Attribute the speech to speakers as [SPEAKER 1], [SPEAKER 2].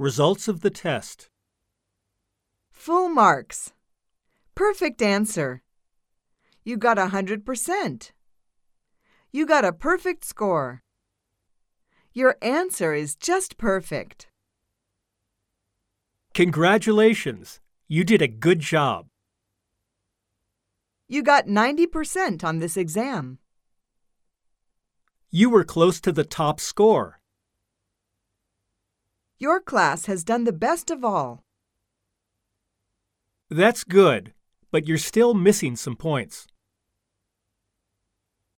[SPEAKER 1] Results of the test.
[SPEAKER 2] Full marks. Perfect answer. You got a 100%. You got a perfect score. Your answer is just perfect.
[SPEAKER 1] Congratulations! You did a good job.
[SPEAKER 2] You got 90% on this exam.
[SPEAKER 1] You were close to the top score.
[SPEAKER 2] Your class has done the best of all.
[SPEAKER 1] That's good, but you're still missing some points.